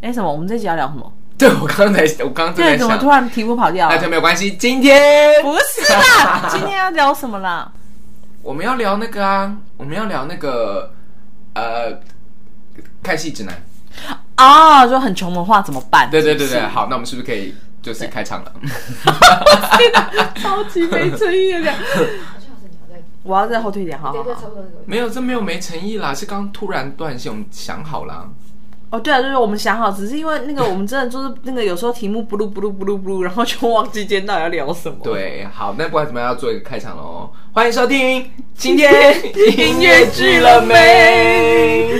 哎，什么？我们这集要聊什么？ 对我刚才我刚刚正在对，怎么想突，然啊题目跑掉那了就？没有关系。今天不是 啦，今天要聊什么啦？我们要聊那个啊，我们要聊那个呃，看戏指南。啊哦，就很穷的话怎么办？对对对对，是好，那我们是不是可以就是开场了？ 不是， 超级没诚意 的讲。好像是你要在，我要在后退一点，好好对对，差好。不多那个位置。没有，这没有没诚意啦，是刚突然断线，我们想好啦。哦，对啊，就是我们想好，只是因为那个我们真的就是那个有时候题目不噜不噜不噜不噜，然后就忘记今天到底要聊什么。，对，好，那不管怎么样，要做一个开场喽。欢迎收听今天音乐剧了没？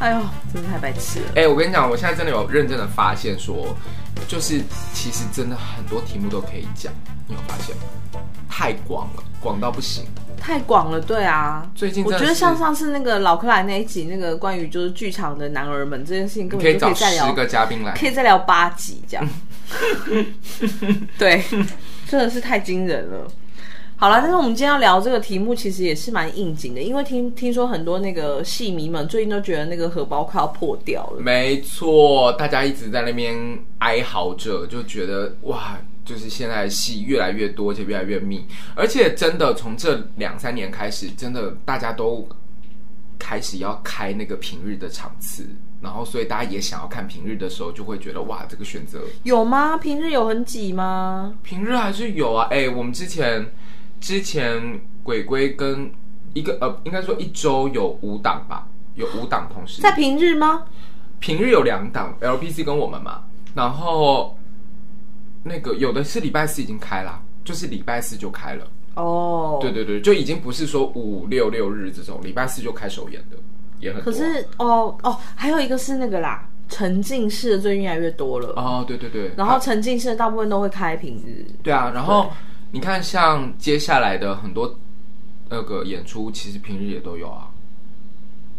哎呦，真的太白痴了。哎、我跟你讲，我现在真的有认真的发现说，就是其实真的很多题目都可以讲，你有发现吗？太广了，广到不行。太广了，对啊。最近我真觉的得是像上次那个老克莱那一集，那个关于就是剧场的男儿们这件事情，根你本可以就可找以再聊十，个嘉宾来可。以再聊八集这 样。对，真的是太惊人了。好了，但是我们今天要聊这个题目，其实也是蛮应景的，因为听听说很多那个戏迷们最近都觉得那个荷包快要破掉了。没错，大家一直在那边哀嚎着，就觉得哇，就是现在戏越来越多，而且越来越密，而且真的从这两三年开始，真的大家都开始要开那个平日的场次，然后所以大家也想要看平日的时候，就会觉得哇，这个选择有吗？平日有很挤吗？平日还是有啊，哎、我们之前之前鬼鬼跟一个呃，应该说一周有五档吧，有五档同时在平日吗？平日有两档 LPC 跟我们嘛，然后那个有的是礼拜四已经开啦，就是礼拜四就开了。哦，对对对，就已经不是说五六六日这种，礼拜四就开首演的也很多。可是哦哦，还有一个是那个啦，沉浸式的最近越来越多了。哦，对对对，然后啊沉浸式的大部分都会开平日，对啊，然后你看像接下来的很多那个演出，其实平日也都有啊。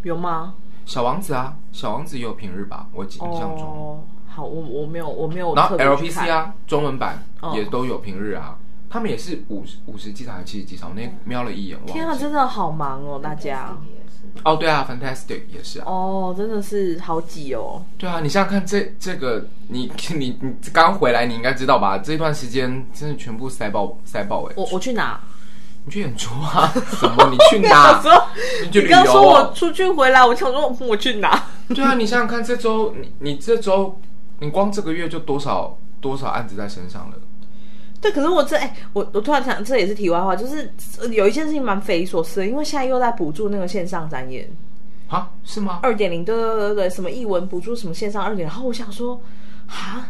有吗？小王子啊，小王子也有平日吧，我印象中。哦，好，我我没有我没有然后特别去 LPC 看，啊，中文版哦也都有平日啊，他们也是五十五十几场还是七十几场，我那瞄了一眼，忘天啊，记真的好忙哦，大家哦，对啊，Fantastic 也是啊，哦，真的是好挤哦。对啊，你想想看这这个，你你你刚回来，你应该知道吧？这段时间真的全部塞爆塞爆哎、我我去哪？你去演出 啊？什么？你去想？哪说你去你旅刚说游、我啊？出去回来，我想说我去 哪？对啊，你想想看，这周你你这周你光这个月就多少多少案子在身上了？对，可是我这哎、我我突然想，这也是题外话，就是呃有一件事情蛮匪夷所思的，因为现在又在补助那个线上展演啊，是吗？二点零，对对对对对，什么译文补助什么线上二点，然后我想说，啊，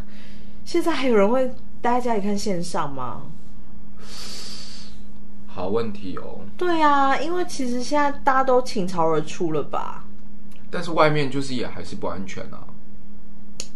现在还有人会待在家里看线上吗？好问题哦。对啊，因为其实现在大家都倾巢而出了吧？但是外面就是也还是不安全啊。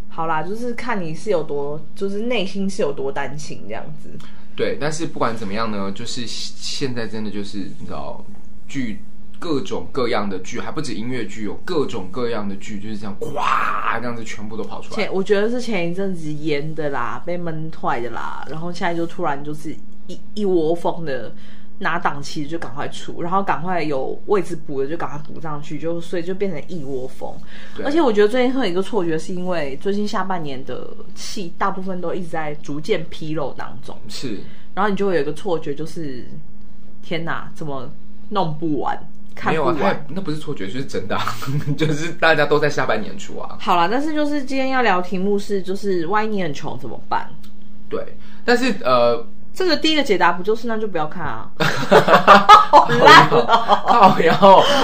好啦，就是看你是有多，就是内心是有多担心这样子。对，但是不管怎么样呢，就是现在真的就是你知道剧各种各样的剧，还不止音乐剧，有各种各样的剧就是这样，哇，这样子全部都跑出来。前我觉得是前一阵子淹的啦，被闷坏的啦，然后现在就突然就是一一窝蜂的拿档期就赶快出，然后赶快有位置补的就赶快补上去，就所以就变成一窝蜂。对而且我觉得最近会有一个错觉，是因为最近下半年的戏大部分都一直在逐渐披露当中，是，然后你就会有一个错觉，就是天哪，怎么弄不完，看没有不啊，他完。也那不是错觉，就是真的、啊， 就是大家都在下半年出啊。好啦，但是就是今天要聊题目是，就是万一你很穷怎么办？对，但是呃，这个第一个解答不就是那就不要看啊？靠呀，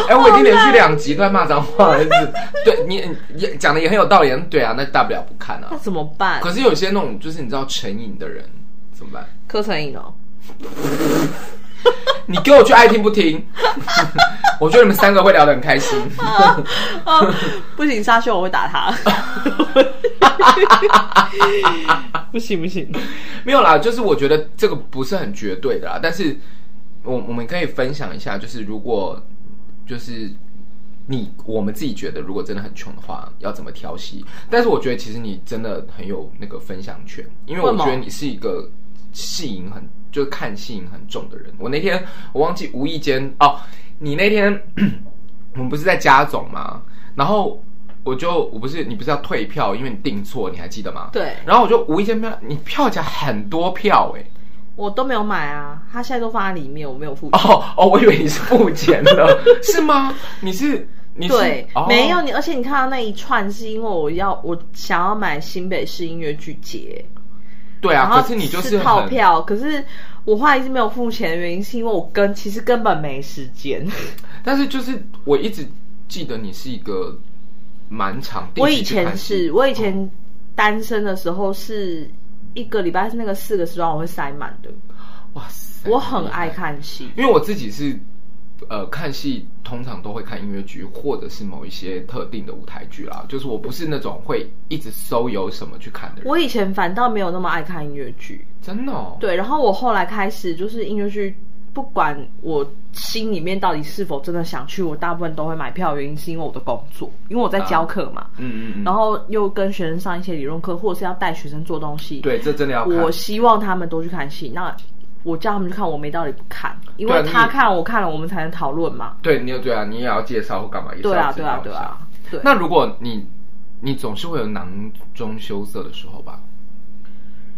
哎，我已经连续两集都在骂脏话了，就是对你你也讲的也很有道理，对啊，那大不了不看啊那。 怎么办？可是有些那种就是你知道成瘾的人怎么办？柯成瘾哦，你给我去爱听不听， 我觉得你们三个会聊得很开心。不行，沙秀我会打他。不行不行，没有啦，就是我觉得这个不是很绝对的啦，但是我我们可以分享一下，就是如果就是你我们自己觉得如果真的很穷的话，要怎么挑戏？但是我觉得其实你真的很有那个分享权，因为为我什么觉得你是一个戏瘾很就是看戏瘾很重的人。我那天我忘记 无意间哦，你那天我们不是在家总吗？然后我就我不是你不是要退票，因为你订错，你还记得吗？对然后我就无意间票，你票价很多票哎、我都没有买啊，他现在都放在里面，我没有付钱。哦哦，我以为你是付钱了， 是吗？你是你是对，哦没有你，而且你看到那一串是因为我要我想要买新北市音乐剧节，对然啊，后可是你就是是套很票，可是我后来一直没有付钱的原因是因为我跟其实根本没时间。但是就是我一直记得你是一个蛮长，我以前是我以哦前单身的时候是一个礼拜是那个四个时段我会塞满的，哇塞，我很爱，看戏。因为我自己是呃看戏通常都会看音乐剧或者是某一些特定的舞台剧啦，就是我不是那种会一直搜有什么去看的人，我以前反倒没有那么爱看音乐剧，真的、哦、对，然后我后来开始就是音乐剧，不管我心里面到底是否真的想去，我大部分都会买票，原因是因为我的工作，因为我在教课嘛，嗯嗯嗯，然后又跟学生上一些理论课，或者是要带学生做东西，对，这真的要看我希望他们多去看戏。那我叫他们去看，我没道理不看，因为对啊他你看我看了，我们才能讨论嘛。对，你有对啊，你也要介绍或干嘛？也是对啊，要知对道啊，对啊，对一下。。那如果你你总是会有囊中羞涩的时候吧？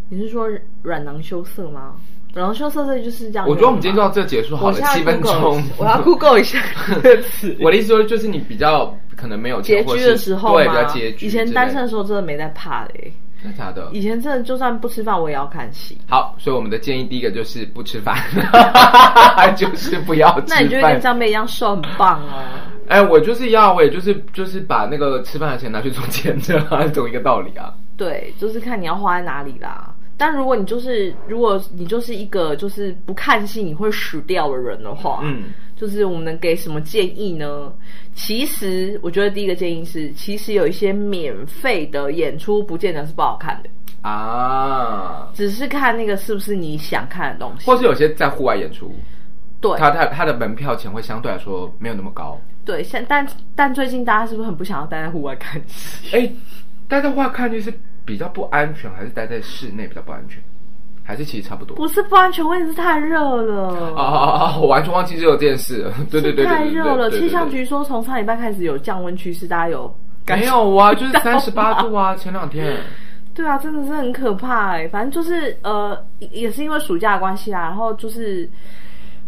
你是说软囊羞涩吗？软囊羞涩这就是这样用的吗。我觉得我们今天就到这结束好我了现，在七分 Google- 钟。 我要 Google 一下这个词。我的意思说，就是你比较可能没有拮钱或据是的时候对，比嘛较拮据。以前单身的，时候真的没在怕的、欸，真的假的？以前真的就算不吃饭我也要看戏。好，所以我们的建议第一个就是不吃 饭，就是不要吃那你就会跟饭。张妹一样瘦很棒哦。哎、我就是要，我也就是就是把那个吃饭的钱拿去做兼职 啊，同一个道理啊。对，就是看你要花在哪里啦。但如果你就是如果你就是一个就是不看戏你会死掉的人的话，嗯，就是我们能给什么建议呢？其实我觉得第一个建议是，其实有一些免费的演出不见得是不好看的，啊，只是看那个是不是你想看的东西。或是有些在户外演出，对，它它它的门票钱会相对来说没有那么高。对，现但但最近大家是不是很不想要待在户外看戏？ 哎、待在户外看就是比较不安全，还是待在室内比较不安全？还是其实差不多？不是不安全，问题是太热了。啊啊啊！啊我完全忘记热这件事了。 对对对对对太热了。对对对气对象局说从上礼拜开始有降温趋势，大家有感没觉？有 啊，就是三十八度啊，前两天。对啊，真的是很可怕哎、反正就是呃，也也是因为暑假的关系啊啦，然后就是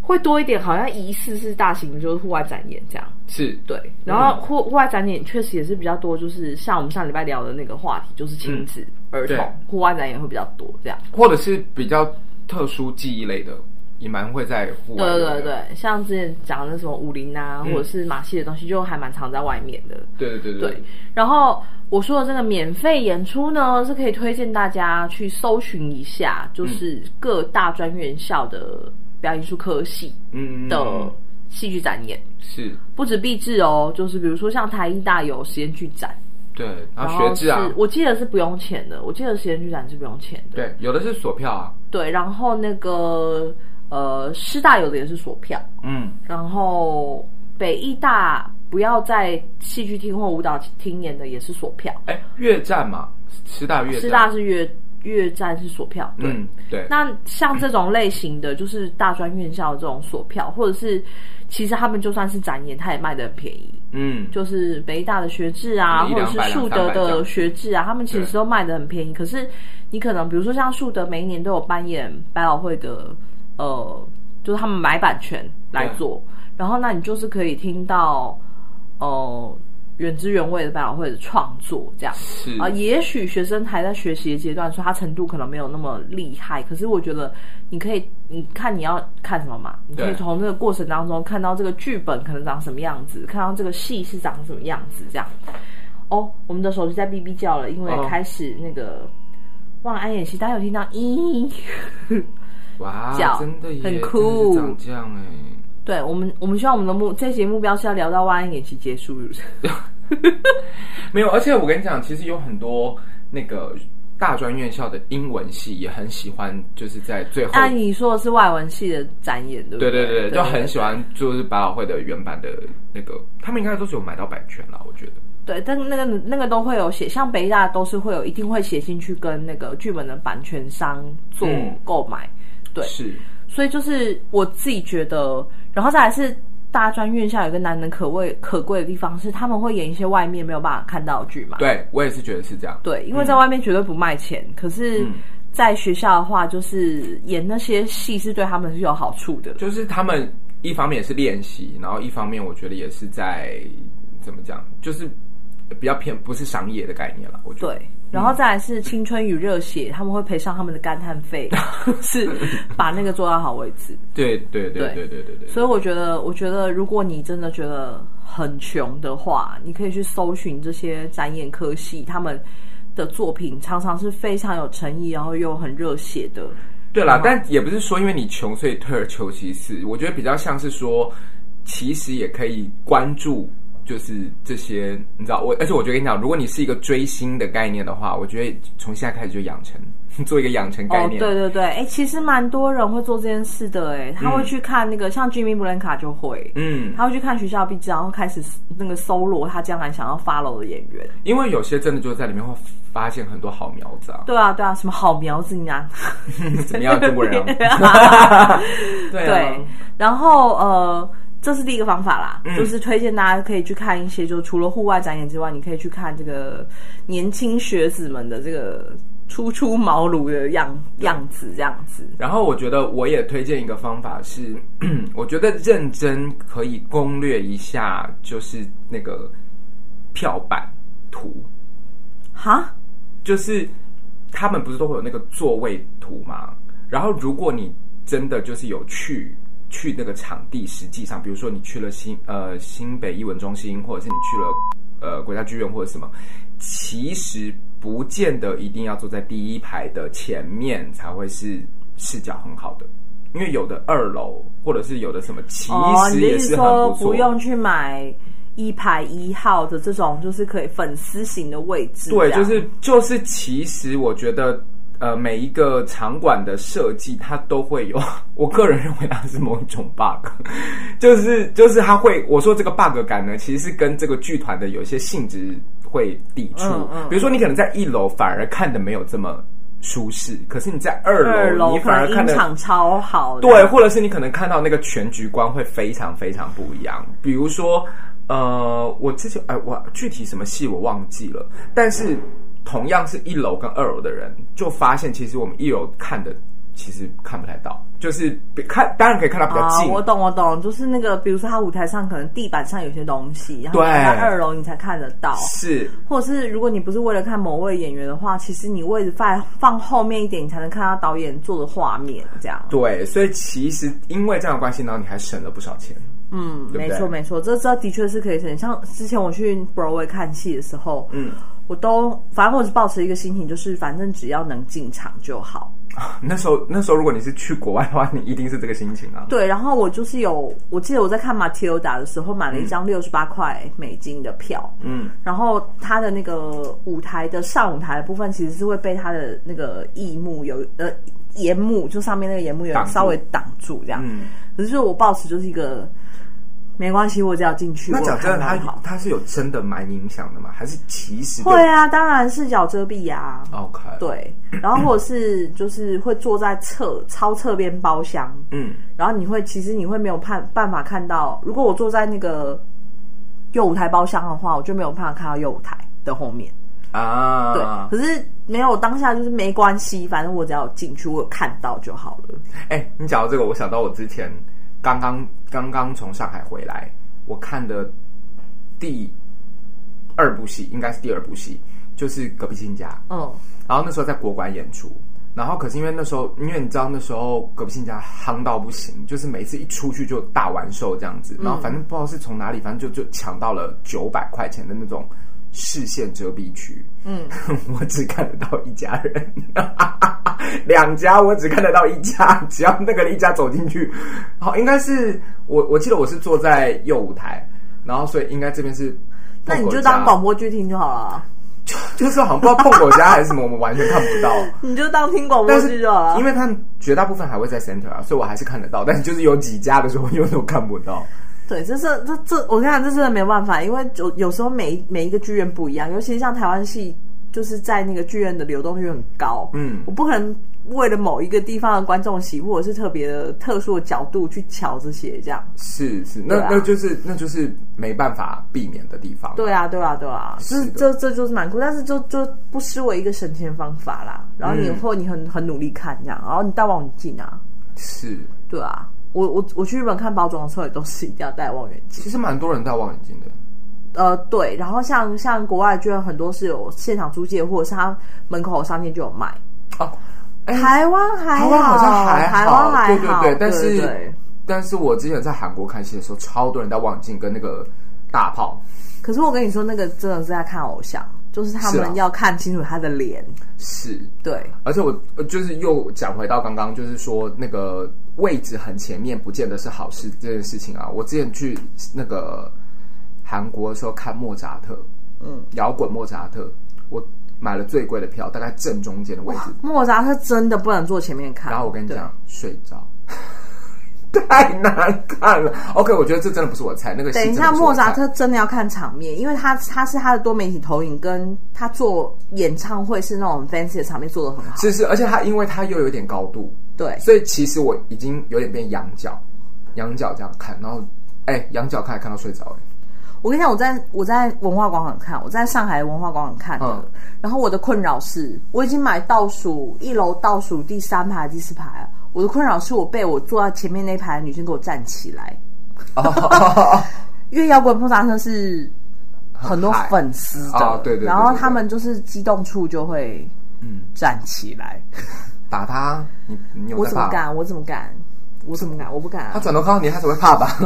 会多一点，好像疑似是大型的，就是户外展演这样。是，对，然后户户外展演确实也是比较多，就是像我们上礼拜聊的那个话题，就是亲子、儿童对户外展演会比较多这样。或者是比较特殊记忆类的，也蛮会在户外。对对不对，像之前讲的那什么武林啊，或者是马戏的东西，就还蛮常在外面的。对对对对，然后我说的这个免费演出呢，是可以推荐大家去搜寻一嗯下，就是各大专院校的表演艺术科系嗯的戏剧展演，是，不止毕制哦，就是比如说像台艺大有实验剧展，对，然然后学后制是啊，我记得是不用钱的，我记得实验剧展是不用钱的。对，有的是锁票啊，对，然后那个呃，师大有的也是锁票。嗯，然后北艺大不要在戏剧厅或舞蹈厅演的也是锁票，哎，越战嘛，师大越战，师大是越越战是锁票，对。嗯，对，哦那像这种类型的，就是大专院校的这种锁票，或者是其实他们就算是展演，他也卖的很便宜。嗯，就是北艺大的学制啊，一或者两是百树两德三百这的样学制啊，他们其实对都卖的很便宜。可是你可能比如说像树德每一年都有扮演百老汇的，呃，就是他们买版权来做，然后那你就是可以听到，呃，原汁原味的百老汇的创作这样。是啊，也许学生还在学习的阶段，说他程度可能没有那么厉害，可是我觉得你可以，你看你要看什么嘛，你可以对从这个过程当中看到这个剧本可能长什么样子，看到这个戏是长什么样子，这样。哦，我们的手机在哔哔叫了，因为哦开始那个、忘了安演习，大家有听到咦？ 哇脚，真的耶，很真的是酷长这样哎、对我们，我们希望我们的目这节目标是要聊到万安演习结束，是不是？哦没有，而且我跟你讲，其实有很多那个大专院校的英文系也很喜欢，就是在最后，那你说的是外文系的展演，对不对对对对，就很喜欢就是百老汇的原版的那个，他们应该都是有买到版权啦，我觉得。对，但那个那个都会有写，像北大都是会有一定会写进去跟那个剧本的版权商做嗯购买，对是，所以就是我自己觉得，然后再来是大专院校有一个难能可贵可贵的地方是，他们会演一些外面没有办法看到的剧嘛。对我也是觉得是这样。对，因为在外面绝对不卖钱，可是嗯，在学校的话，就是演那些戏是对他们是有好处的。就是他们一方面也是练习，然后一方面我觉得也是在怎么讲，就是比较偏不是商业的概念了。我觉得对，然后再来是青春与热血，他们会赔上他们的干碳 费，是把那个做到好为止。对对对对对对对对，所以我觉得，我觉得如果你真的觉得很穷的话，你可以去搜寻这些展演科系他们的作品，常常是非常有诚意，然后又很热血的。对啦，但也不是说因为你穷所以退而求其次，我觉得比较像是说，其实也可以关注。就是这些，你知道我，而且我觉得跟你讲，如果你是一个追星的概念的话，我觉得从现在开始就养成， 做一个养成概哦，念。对对对，哎、其实蛮多人会做这件事的，哎，他会去看那个，像 Jimmy Blanca 就会，嗯，他会去看学校的壁纸，然后开始那个搜罗他将来想要 follow 的演员。因为有些真的就在里面会发现很多好苗 子啊，对啊，对啊，什么好苗子你 拿？怎么样中国人、啊？对啊对，然后呃，这是第一个方法嗯啦，就是推荐大家可以去看一些，就除了户外展演之外，你可以去看这个年轻学子们的这个初出茅庐的样样子，这样子。然后我觉得我也推荐一个方法是， 我觉得认真可以攻略一下，就是那个票板图，哈，就是他们不是都会有那个座位图吗？然后如果你真的就是有去去那个场地，实际上，比如说你去了新呃新北艺文中心，或者是你去了呃国家剧院或者什么，其实不见得一定要坐在第一排的前面才会是视角很好的。因为有的二楼，或者是有的什么，其哦，你实的也意是思很说不错。不用去买一排一号的这种，就是可以粉丝型的位置？对，这就样是就是，其实我觉得，呃，每一个场馆的设计，它都会有，我个人认为它是某一种 bug，就是就是它会，我说这个 bug 感呢，其实是跟这个剧团的有一些性质会抵触，嗯嗯比如说你可能在一楼反而看的没有这么舒适，可是你在二楼，二楼你可反而能看音的场超好，对，，或者是你可能看到那个全局观会非常非常不一样。比如说，呃，我之前哎，我具体什么戏我忘记了，但是同样是一楼跟二楼的人，就发现其实我们一楼看的其实看不太到，就是比看当然可以看到比较啊，近，我懂，我懂，就是那个，比如说他舞台上可能地板上有些东西，然后对你在二楼你才看得到，是或者是如果你不是为了看某位演员的话，其实你位置放放后面一点，你才能看到导演做的画面，这样。对，所以其实因为这样的关系，然后你还省了不少钱。嗯，对不对没错没错，这这的确是可以省。像之前我去 Broadway 看戏的时候，嗯，我都反正我是保持一个心情，就是反正只要能进场就好。那时候那时候如果你是去国外的话，你一定是这个心情啊。对，然后我就是有，我记得我在看 Matilda 的时候买了一张六十八块美金的票，嗯，然后它的那个舞台的上舞台的部分其实是会被它的那个翼幕有呃檐幕，就上面那个檐幕有挡住稍微挡住这样。嗯可是就是我抱持就是一个没关系，我只要进去，那我讲真的，看它就好。它是有真的蛮影响的吗？还是其实对会啊，当然视角遮蔽呀、啊。 OK，，对，然后或者是就是会坐在侧超侧边包厢，嗯，然后你会其实你会没有办办法看到，如果我坐在那个右舞台包厢的话，我就没有办法看到右舞台的后面。啊，对，可是没有当下就是没关系，反正我只要有进去，我有看到就好了。哎、你讲到这个，我想到我之前刚刚刚刚从上海回来，我看的第二部戏，应该是第二部戏，就是《隔壁亲家》。嗯，然后那时候在国馆演出，然后可是因为那时候，因为你知道那时候隔壁亲家夯到不行，就是每次一出去就大玩售这样子，嗯然后反正不知道是从哪里，反正就就抢到了九百块钱的那种视线遮蔽区。嗯， 我只看得到一家人，两家我只看得到一家，只要那个一家走进去，好，应该是我我记得我是坐在右舞台，然后所以应该这边是。那你就碰狗家当广播剧听就好了， 就是好像不知道碰狗家还是什么，我们完全看不到。 你就当听广播但是剧就好了因。为他们绝大部分还会在 center 啊，所以我还是看得到，但是就是有几家的时候，又都看不到。对，这是这这，我跟你讲，这真的没办法，因为有有时候每一每一个剧院不一样，尤其是像台湾戏，就是在那个剧院的流动率很高，嗯我不可能为了某一个地方的观众席，或者是特别的特殊的角度去瞧这些，这样。是是，那、对啊那就是那就是没办法避免的地方。对啊，对啊，对啊，这是的这这就是蛮酷，但是就就不失为一个省钱方法啦。然后你嗯或你很很努力看这样，然后你带望远镜啊，是，对啊，我我我去日本看包装的时候也都是一定要带望远镜。其实蛮多人戴望远镜的。呃，对，然后像像国外就有很多是有现场租借，或者是他门口的商店就有卖。哦，哎台湾还台湾好像还台好湾还好，对对对但是对对但是我之前在韩国看戏的时候，超多人戴望远镜跟那个大炮。可是我跟你说，那个真的是在看偶像，就是他是啊们要看清楚他的脸，是，对。而且我呃就是又讲回到刚刚，就是说那个位置很前面，不见得是好事这件事情啊。我之前去那个韩国的时候看莫扎特，嗯，摇滚莫扎特，我买了最贵的票，大概正中间的位置。莫扎特真的不能坐前面看。然后我跟你讲，睡着， 太难看了。OK，我觉得这真的不是我的菜。那个戏对，等一真的下不是我莫的菜扎特真的要看场面，因为他他是他的多媒体投影，跟他做演唱会是那种很 fancy 的场面做的很好。是是，而且他因为他又有点高度，对，所以其实我已经有点变仰角，仰角这样看，然后哎，仰角看看到睡着了。我跟你讲，我在我在文化广场看，我在上海文化广场看的。嗯然后我的困扰是，我已经买倒数一楼倒数第三排、第四排了。我的困扰是我被我坐在前面那一排的女生给我站起 来，哦，因为摇滚莫扎特是很多很嗨粉丝的，哦对对对然后对对他们就是激动处就会嗯站起来。打他，你你有我在怎么怕？敢？我怎么敢？我怎么敢？我不敢他啊！转头看到你，他才会怕 吧？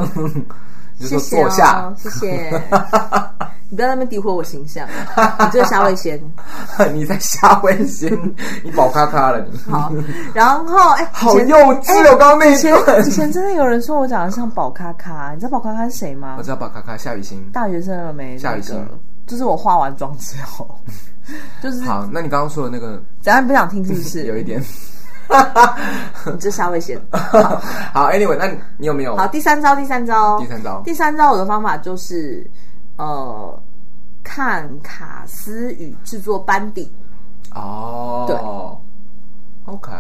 你谢就说谢坐啊下，，谢 谢。你不要在那边诋毁我形象，啊你这个虾味先。你在下 危险，你宝咖咖了你。 好，然后哎，好以前幼稚哦，刚刚那以一前以段。前真的有人说我长得像宝咖咖，你知道宝咖咖是谁吗我？知道宝咖咖夏雨欣。大学生了没？夏雨那欣个就是我化完妆之后， 就是好，那你刚刚说的那个怎样你不想听是不是？ 有一点。你这虾味先。好，Anyway，那你你有没有好，第三招，第三招，第三招第三招我的方法就是，呃，看卡斯与制作班底，哦，对，OK，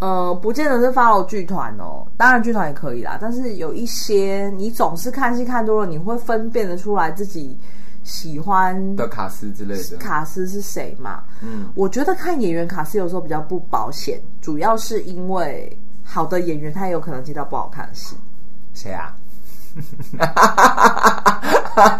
呃，不见得是 follow 剧团哦，当然剧团也可以啦，但是有一些你总是看戏看多了，你会分辨得出来自己喜欢的卡斯之类的，卡斯是谁嘛？嗯，我觉得看演员卡斯有时候比较不保险，主要是因为好的演员他也有可能接到不好看的戏。谁啊？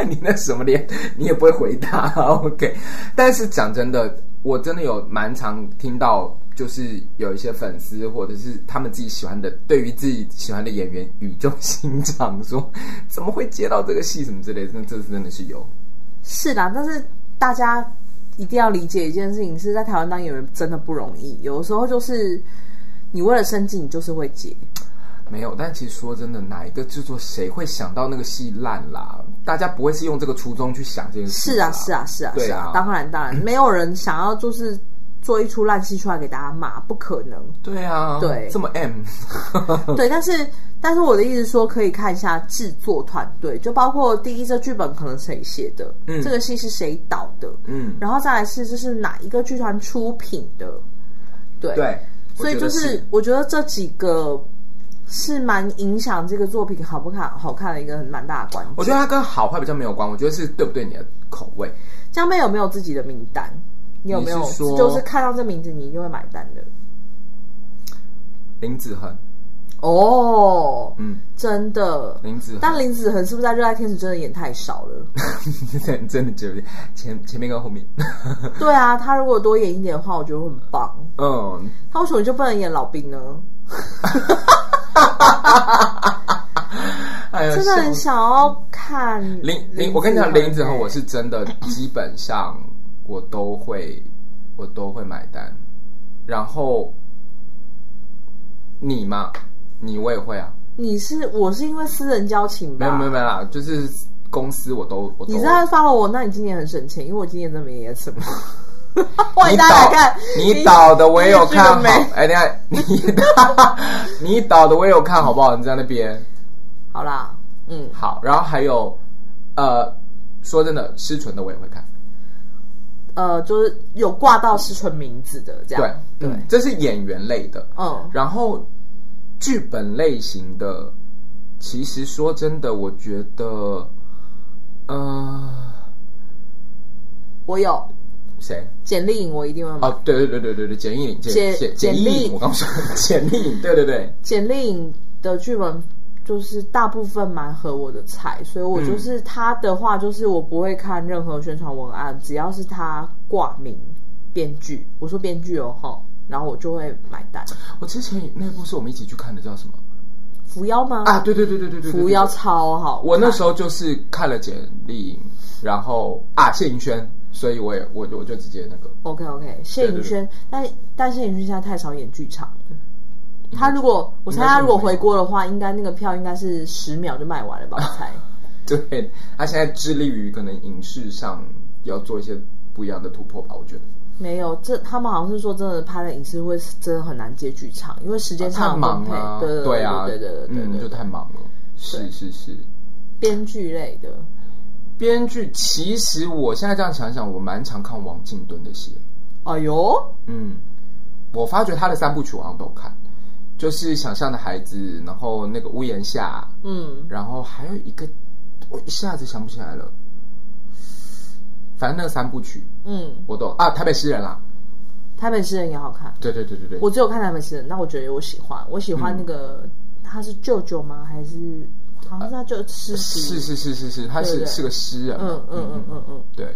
你那什么脸，你也不会回答。OK，但是讲真的，我真的有蛮常听到，就是有一些粉丝或者是他们自己喜欢的，对于自己喜欢的演员语重心长说，怎么会接到这个戏什么之类的，那这真的是有。是啦，但是大家一定要理解一件事情，是在台湾当演员真的不容易，有的时候就是你为了生计，你就是会接。没有，但其实说真的，哪一个制作谁会想到那个戏烂啦？大家不会是用这个初衷去想这件事。是啊，是啊，，是啊，对啊是啊，当然， 当然，没有人想要就是做一出烂戏出来给大家骂，不可 能。对啊，对这么 M，对，但是但是我的意思说，可以看一下制作团队，就包括第一这剧本可能谁写的，嗯这个戏是谁导的，嗯，然后再来是这是哪一个剧团出品的，对，对，所以我觉就得是我觉得这几个是蛮影响这个作品好不看好看的一个很蛮大的关我键。觉得它跟好坏比较没有关，我觉得是对不对你的口味。江妹有没有自己的名单？你有没有你是说就是看到这名字你一定会买单的？林子恒，哦，嗯，真的。林子恒，但林子恒是不是在《热爱天使》真的演太少 了？真 真的觉得有点前前面跟后面， 对啊，他如果多演一点的话，我觉得会很棒。嗯，他为什么就不能演老兵呢？哎呀，真的很笑想要看林林，我跟你讲，林子恒，我欸是真的基本上我都会我都会买单，然后你嘛，你我也会啊，你是我是因为私人交情没吧？有没有没有啦，就是公司我都我都你在 follow 我，那你今年很省钱，因为我今年真的没演什么。 欢迎大家来看，你导的我也有看好你你去了没，哎，等一下你你导的我也有看好不好？你在那边好啦，嗯，好，然后还有呃，说真的，失纯的我也会看，呃，就是有挂到是纯名字的这对样。对、嗯这是演员类的。嗯，然后剧本类型的，其实说真的，我觉得，呃，我有谁？简历影，我一定会买。哦，对对对对对对，简丽颖，简简简简丽丽颖，我刚说 简丽颖，对对对，简历影的剧本就是大部分蛮合我的菜，所以我就是他的话，就是我不会看任何宣传文案，只要是他挂名编剧，我说编剧哦吼，然后我就会买单。我之前那部是我们一起去看的，叫什么扶摇吗？啊？对对对对对对，对扶摇。超好看，我那时候就是看了简丽颖，然后啊谢盈萱，所以我也我我就直接那个， OK OK，谢对颖对轩，但但谢颖轩现在太少演剧场了。他如果我嗯应猜该他是如果没有回国的话，应该那个票应该是十秒就卖完了吧？我猜。对他现在致力于可能影视上要做一些不一样的突破吧，我觉得。没有，这他们好像是说真的拍了影视会是真的很难接剧场，因为时间太上的忙分配。了，对对啊，对对对对嗯，对就对，太忙了，是是是。编剧类的编剧其实我现在这样想想，我蛮常看王静敦的戏，哎呦，嗯，我发觉他的三部曲我好像都看，就是《想象的孩子》，然后那个屋檐下，嗯，然后还有一个我一下子想不起来了，反正那三部曲嗯，我都啊，台北诗人啦，台北诗人也好看，对对对对对，我只有看台北诗人，那我觉得我喜欢，我喜欢那嗯个、他是舅舅吗？还是好像是他舅师啊是叔？是是是是，他对是对是个诗人，嗯嗯嗯嗯嗯。对，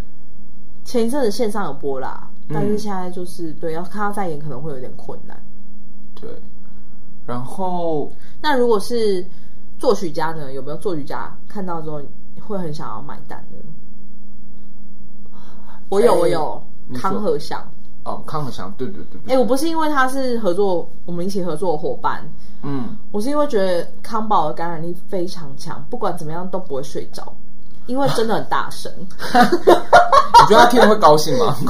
前一阵子线上有播啦，但嗯是现在就是对，要看他再演可能会有点困难。对，然后那如果是作曲家呢？有没有作曲家看到之后会很想要买单的？我有，哎我有你说康和祥。哦，康和祥，对对对哎、对，我不是因为他是合作，我们一起合作的伙伴，嗯，我是因为觉得康宝的感染力非常强，不管怎么样都不会睡着，因为真的很大 声，你觉得他听了会高兴 吗？很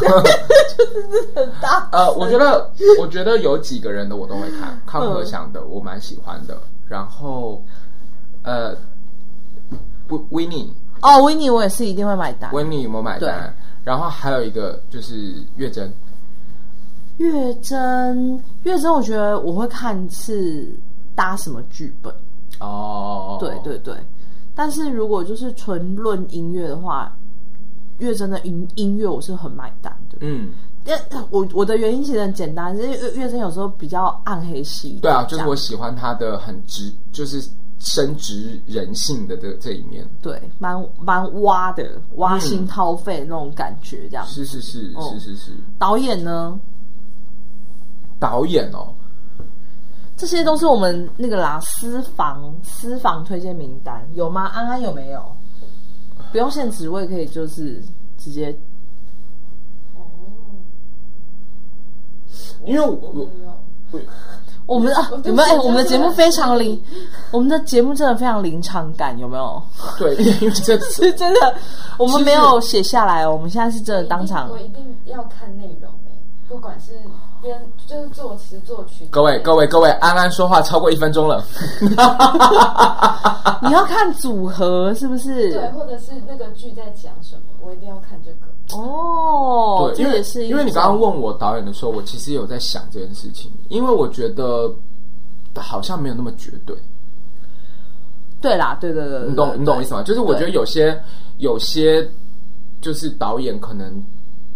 大。 嗯呃，我觉得，我觉得有几个人的我都会看，康和祥的我蛮喜欢的，然后呃，维维尼，哦，维尼我也是一定会买单。维尼有没有买单？然后还有一个就是月珍，月真，月真，我觉得我会看是搭什么剧本，哦，对对对。但是如果就是纯论音乐的话，月真的音音乐我是很买单的。嗯，但我我的原因其实很简单，因为月月真有时候比较暗黑系。对啊，就这是样我喜欢他的很直，就是深植人性的这这一面，对蛮蛮挖的，挖心掏肺那种感觉，这样。是是是哦是是是，导演呢，导演哦，这些都是我们那个啦，私房私房推荐名单有吗？安安有没有？不用限职位，可以就是直接因为我我们啊，有没有？哎、我们的节目非常临，我们的节目真的非常临场感，有没有？ 对，因为这次是真的，我们没有写下来哦，我们现在是真的当场我。一定要看内容诶、不管是编就是作词作曲。各位各位各位，安安说话超过一分钟了。你要看组合是不是？对，或者是那个剧在讲什么，我一定要看这个。哦，对，这因为也是一因为你刚刚种问我导演的时候，我其实有在想这件事情，因为我觉得好像没有那么绝对，对啦，对对对对，你懂你懂我意思吗？吗？就是我觉得对有些有些就是导演可能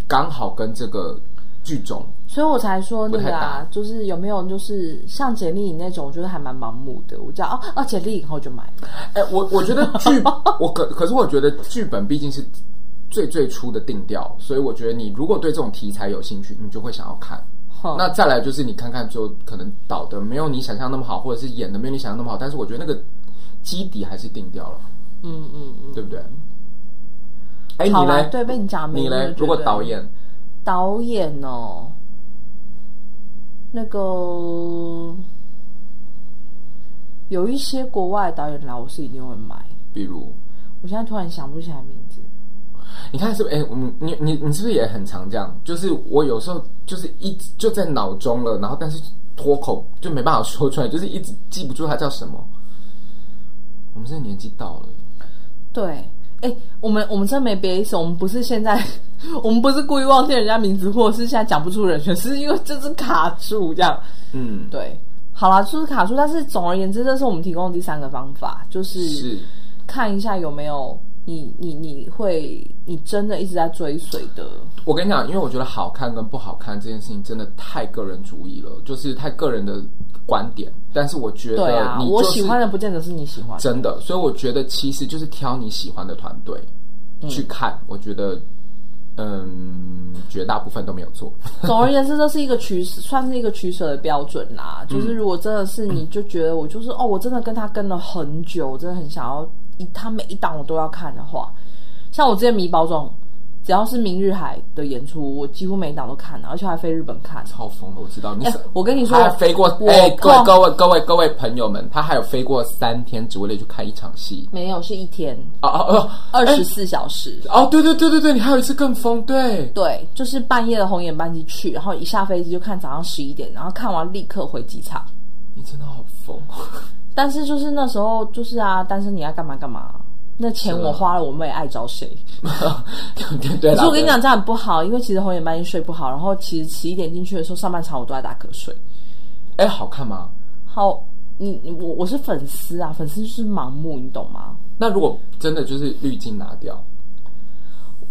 刚好跟这个剧种，所以我才说那个不太啊，就是有没有就是像简历颖那种，就是还蛮盲目的。我知道哦哦，简历颖后就买了， 哎，我我觉得剧我可可是我觉得剧本毕竟是最最初的定调，所以我觉得你如果对这种题材有兴趣，你就会想要看。哼那再来就是你看看，就可能导的没有你想象那么好，或者是演的没有你想象那么好，但是我觉得那个基底还是定掉了，嗯嗯嗯，对不对？哎，你好啦嘞，？对，被你讲没你那么嘞绝？如果对导演，导演哦，那个有一些国外导演来，我是一定会买。比如，我现在突然想不起来名字。你看是不是？哎，我们你你你是不是也很常这样？就是我有时候就是一直就在脑中了，然后但是脱口就没办法说出来，就是一直记不住它叫什么。我们这个年纪到了，对，哎、哎、我们我们真没别意思，我们不是现在， 我们不是故意忘记人家名字，或者是现在讲不出人选，是因为就是卡住这样。嗯，对，好啦，就是卡住。但是总而言之，这是我们提供的第三个方法，就是是看一下有没有你你你会你真的一直在追随的。我跟你讲，因为我觉得好看跟不好看这件事情真的太个人主义了，就是太个人的观点。但是我觉对得啊，你、就是我喜欢的不见得是你喜欢的。真的，所以我觉得其实就是挑你喜欢的团队、嗯去看，我觉得嗯，绝大部分都没有错。总而言之，这是一个取舍，算是一个取舍的标准嗯啦。就是如果真的是你就觉得我就是哦，我真的跟他跟了很久，我真的很想要一他每一档我都要看的话，像我之前迷包装，只要是明日海的演出，我几乎每一档都看了，而且还飞日本看。超疯了，我知道你是、哎我跟你说他还飞过我哎、各位碰各位各位各位朋友们，他还有飞过三天，只为了去看一场戏。没有，是一天哦哦哦，二哎十四小时。哦，对对对对对，你还有一次更疯，对，对，就是半夜的红眼班机去，然后一下飞机就看早上十一点，然后看完立刻回机场。你真的好疯。 但是就是那时候就是啊，单身你要干嘛干嘛，那钱我花了，我妹爱找谁？对对对可啦，是我跟你对，讲，这样很不好，因为其实红眼半夜睡不好，然后其实十一点进去的时候，上半场我都在打瞌睡。哎，好看吗？好，你你我我是粉丝啊，粉丝就是盲目，你懂吗？那如果真的就是滤镜拿掉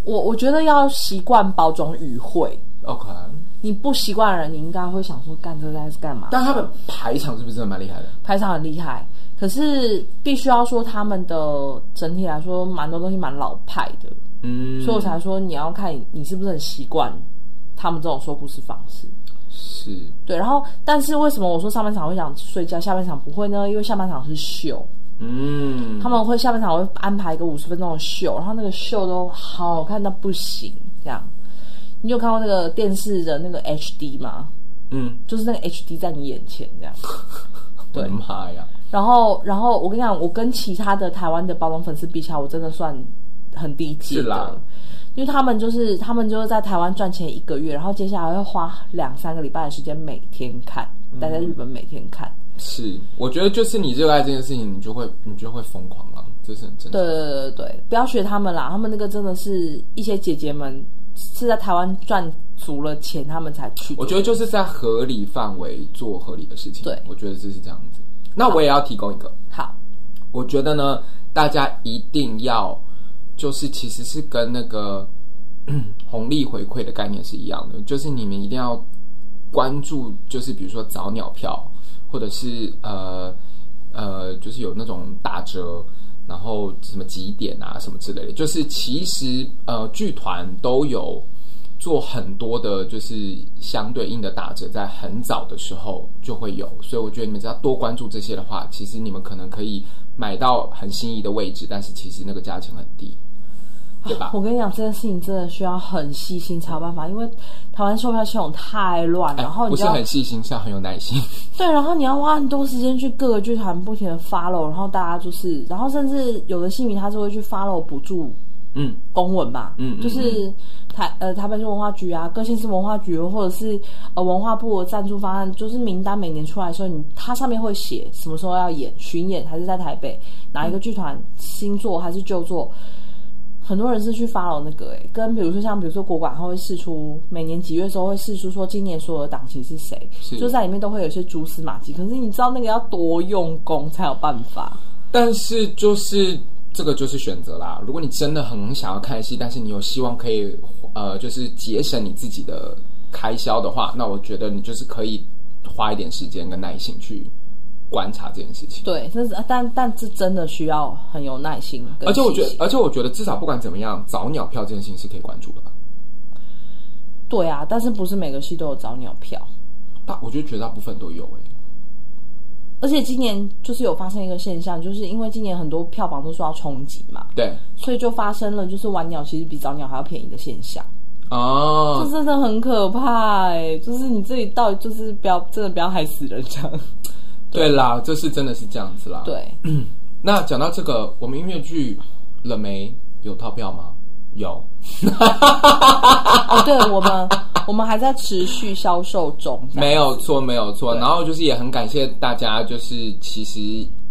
我我觉得要习惯包装语汇， ，OK，你不习惯的人，你应该会想说，干这在是干嘛？但他们排场是不是真的蛮厉害的？排场很厉害，可是必须要说他们的整体来说，蛮多东西蛮老派的，嗯，所以我才说你要看你是不是很习惯他们这种说故事方式。是对，然后但是为什么我说上半场会想睡觉，下半场不会呢？因为下半场是秀，嗯，他们会下半场会安排一个五十分钟的秀，然后那个秀都好看到不行，这样。你有看过那个电视的那个 HD 吗？嗯，就是那个 HD 在你眼前这样。我的妈呀，然后，然后我跟你讲，我跟其他的台湾的包装粉丝比起来，我真的算很低阶是啦的，因为他们就是他们就是在台湾赚钱一个月，然后接下来会花两三个礼拜的时间每天看，待在日本每天看。是，我觉得就是你热爱这件事情，你就会你就会疯狂了，这是很正常对。对对对对，不要学他们啦，他们那个真的是一些姐姐们是在台湾赚足了钱，他们才去做。我觉得就是在合理范围做合理的事情。对我觉得这是这样子。那我也要提供一个，好，我觉得呢，大家一定要就是其实是跟那个嗯红利回馈的概念是一样的，就是你们一定要关注，就是比如说早鸟票，或者是呃呃，就是有那种打折。然后什么几点啊，什么之类的，就是其实呃，剧团都有做很多的，就是相对应的打折，在很早的时候就会有，所以我觉得你们只要多关注这些的话，其实你们可能可以买到很心仪的位置，但是其实那个价钱很低，对吧？我跟你讲，这件事情真的需要很细心才有办法，因为台湾售票系统太乱，哎然后你不知是道。很细心，是要很有耐心。对，然后你要花很多时间去各个剧团不停的 follow，然后大家就是，然后甚至有的戏迷他是会去 follow 补助嗯，公文吧，嗯嗯就是台呃台北市文化局啊，各县市文化局或者是呃文化部的赞助方案，就是名单每年出来的时候，你它上面会写什么时候要演巡演，还是在台北哪一个剧团新作还是旧作。很多人是去 follow 那个诶、欸跟比如说像比如说国馆，它会试出每年几月的时候会试出说今年所有的档期是谁，是就在里面都会有一些蛛丝马迹。可是你知道那个要多用功才有办法。但是就是这个就是选择啦。如果你真的很想要看戏，但是你有希望可以呃，就是节省你自己的开销的话，那我觉得你就是可以花一点时间跟耐心去观察这件事情。对，这是但但这真的需要很有耐心跟而且我细觉得心，而且我觉得，至少不管怎么样，早鸟票这件事情是可以关注的吧。对啊，但是不是每个戏都有早鸟票？大，我觉得绝大部分都有欸诶、而且今年就是有发生一个现象，就是因为今年很多票房都受到冲击嘛，对，所以就发生了就是晚鸟其实比早鸟还要便宜的现象，哦这，真的很可怕哎、就是你自己到底就是不要真的不要害死人这样。对啦，这是真的是这样子啦。，对，那讲到这个，我们音乐剧了没？有套票吗？有，哦对，我们 我们还在持续销售中，啊没有错，没有错。然后就是也很感谢大家，就是其实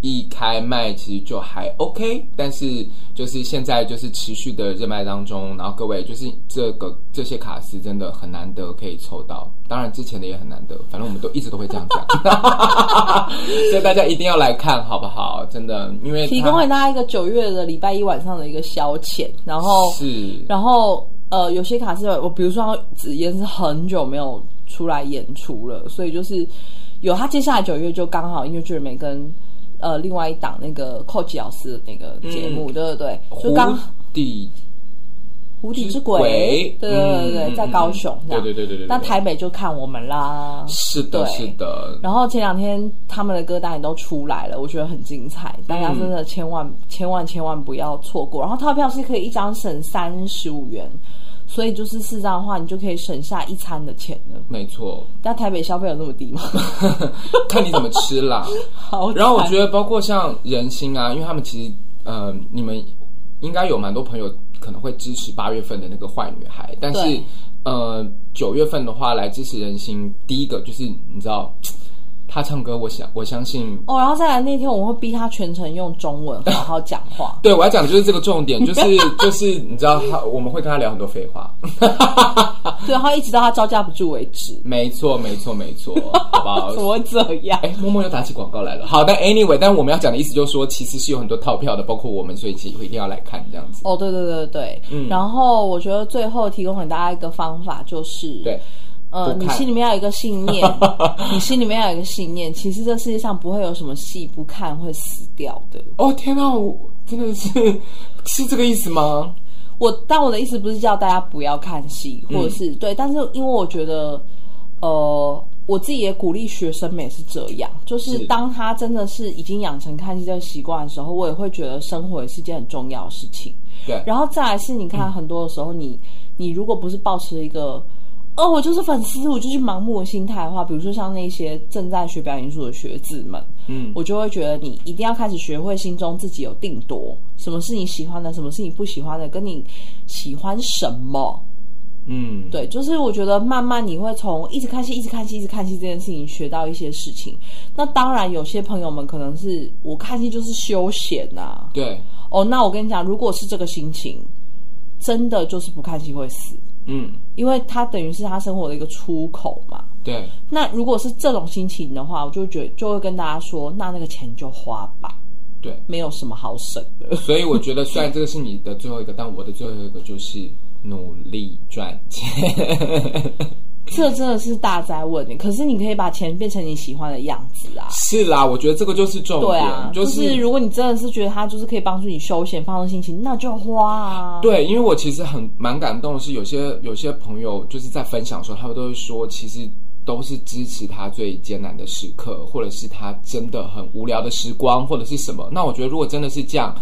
一开卖其实就还 OK，但是就是现在就是持续的热卖当中，然后各位就是这个这些卡司真的很难得可以抽到，当然之前的也很难得，反正我们都一直都会这样 讲，所以大家一定要来看好不好？真的，因为它提供给大家一个九月的礼拜一晚上的一个消遣，然后是然后呃，有些卡是有我，比如说他紫嫣是很久没有出来演出了，所以就是有他接下来九月就刚好音乐剧人没跟呃另外一档那个寇奇老师的那个节目，对对对，就湖刚底无底之鬼鬼，对对对对嗯嗯嗯对，在高雄这样，对对对对对对那台北就看我们啦。是的，对是的，然后前两天他们的歌单也都出来了，我觉得很精彩，大嗯家真的千万、千万千万不要错过。然后套票是可以一张省三十五元，所以就是四张的话，你就可以省下一餐的钱了。没错， 但台北消费有那么低吗？ 看你怎么吃啦。好惨，然后我觉得包括像人心啊，因为他们其实呃，你们应该有蛮多朋友可能会支持八月份的那个坏女孩，但是对呃九月份的话来支持人心，第一个就是你知道他唱歌，我想我相信。。哦，然后再来那天我会逼他全程用中文好好讲话对，我要讲的就是这个重点，就是 就是你知道他，我们会跟他聊很多废话，对，然后一直到他招架不住为止。没错没错没错，好不 好？怎么这样？哎，默默又打起广告来了。好，但 anyway，但我们要讲的意思就是说，其实是有很多套票的，包括我们，所以其实一定要来看这样子。哦，对对对对，嗯然后我觉得最后提供给大家一个方法就是，对，呃，不你看心里面要有一个信 念，你心里面要有一个信念，其实这世界上不会有什么戏不看会死掉的。哦天哪，我真的是是这个意思吗？我但我的意思不是叫大家不要看戏，或者嗯是、对，但是因为我觉得，呃，我自己也鼓励学生们也是这样，就是是当他真的是已经养成看戏这个习惯的时候，我也会觉得生活也是件很重要的事情。对，嗯然后再来是，你看很多的时候你，你如果不是抱持一个，哦，我就是粉丝，我就是盲目的心态的话，比如说像那些正在学表演艺术的学子们，嗯，我就会觉得你一定要开始学会心中自己有定夺，什么是你喜欢的，什么是你不喜欢的，跟你喜欢什么。嗯，对，就是我觉得慢慢你会从一直看戏、一直看戏、一直看戏这件事情学到一些事情。那当然，有些朋友们可能是我看戏就是休闲呐、对，哦，那我跟你讲，如果是这个心情，真的就是不看戏会死，嗯，因为它等于是他生活的一个出口嘛。对，那如果是这种心情的话，我就觉就会跟大家说，那那个钱就花吧，对。没有什么好省的。所以我觉得，虽然这个是你的最后一个，但我的最后一个就是努力赚钱。 这真的是大灾问你，可是你可以把钱变成你喜欢的样子啊。是啦，我觉得这个就是重对点，啊，就就是、如果你真的是觉得它就是可以帮助你休闲、放松心情，那就花啊。对，因为我其实很蛮感动，的是有些有些朋友就是在分享的时候，他们都会说，其实都是支持他最艰难的时刻，或者是他真的很无聊的时光，或者是什么。那我觉得，如果真的是这样，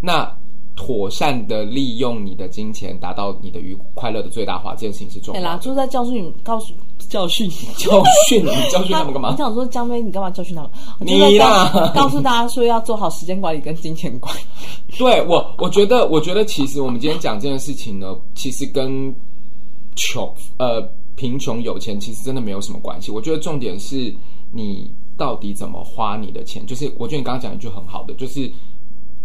那妥善的利用你的金钱，达到你的愉快乐的最大化，这件事情是重对要啦，的。就是在教训你，告 诉教训你。教训你，教训他们干嘛你？想说江妹，你干嘛教训他们？你我就在啦 告告诉大家说要做好时间管理跟金钱管理。对我，我觉得，我觉得其实我们今天讲这件事情呢，其实跟穷呃贫穷有钱其实真的没有什么关系。我觉得重点是你到底怎么花你的钱，就是我觉得你刚刚讲一句很好的，就是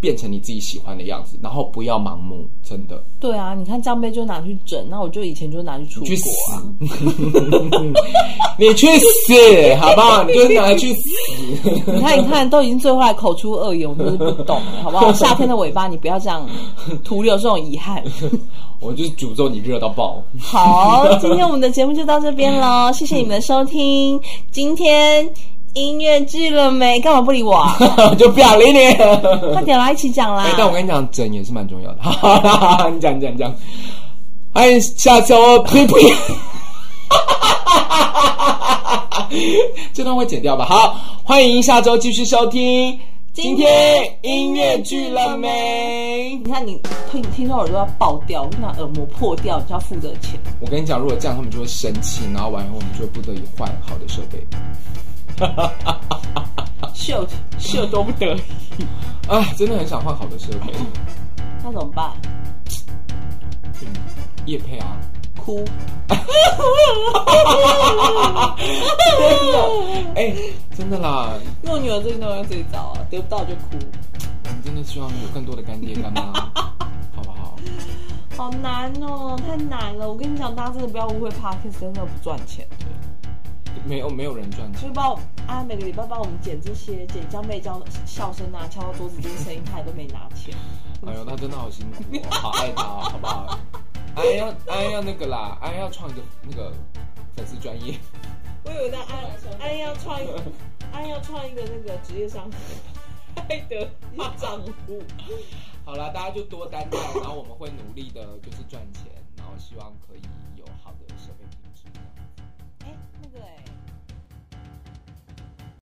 变成你自己喜欢的样子，然后不要盲目，真的对啊，你看江杯就拿去整，那我就以前就拿去出你去死 国啊。，你去死，好不好？你就拿去死。你 看，你看，都已经最后来口出恶言，我们就是不懂，好不 好？夏天的尾巴，你不要这样徒留这种遗憾。我就是诅咒你热到爆。 好，今天我们的节目就到这边 喽，谢谢你们的收听。今天音乐剧了没？干嘛不理我、 啊？就不想理你。快点来一起讲啦！哎但我跟你讲，整也是蛮重要的。 好啦，你讲，你讲，你讲。欢迎下周哦呸呸。 这段会剪掉吧？好，欢迎下周继续收听。今今天天音音乐乐剧剧了了没？你看你听听说耳朵要爆掉，我跟你讲耳膜破掉，你就要付这个钱。我跟你讲，如果这样，他们就会生气，然后完以后我们就会不得已换好的设备。秀秀都不啊 得，啊，真的很想换好的设备。那怎么办？叶配啊，哭。真的，哎、真的啦，因为我女儿最近都用这一招啊，得不到就哭，我们真的希望有更多的干爹干妈，好不好？好难哦，太难了。我跟你讲，大家真的不要误会 p a r k e s 真的不赚钱的，没有没有人赚就钱，是帮我啊，每个礼拜帮我们剪这些，剪江妹叫笑声啊，敲到桌子这些声音，她也都没拿钱。哎呦，他真的好辛苦、哦，好爱他、哦，好不好？哎要哎要那个啦，哎要创一个那个粉丝专业， 我以为在安安要创一个，安要创一个那个职业伤害的账户。好啦，大家就多担待，然后我们会努力的，就是赚钱，然后希望可以有好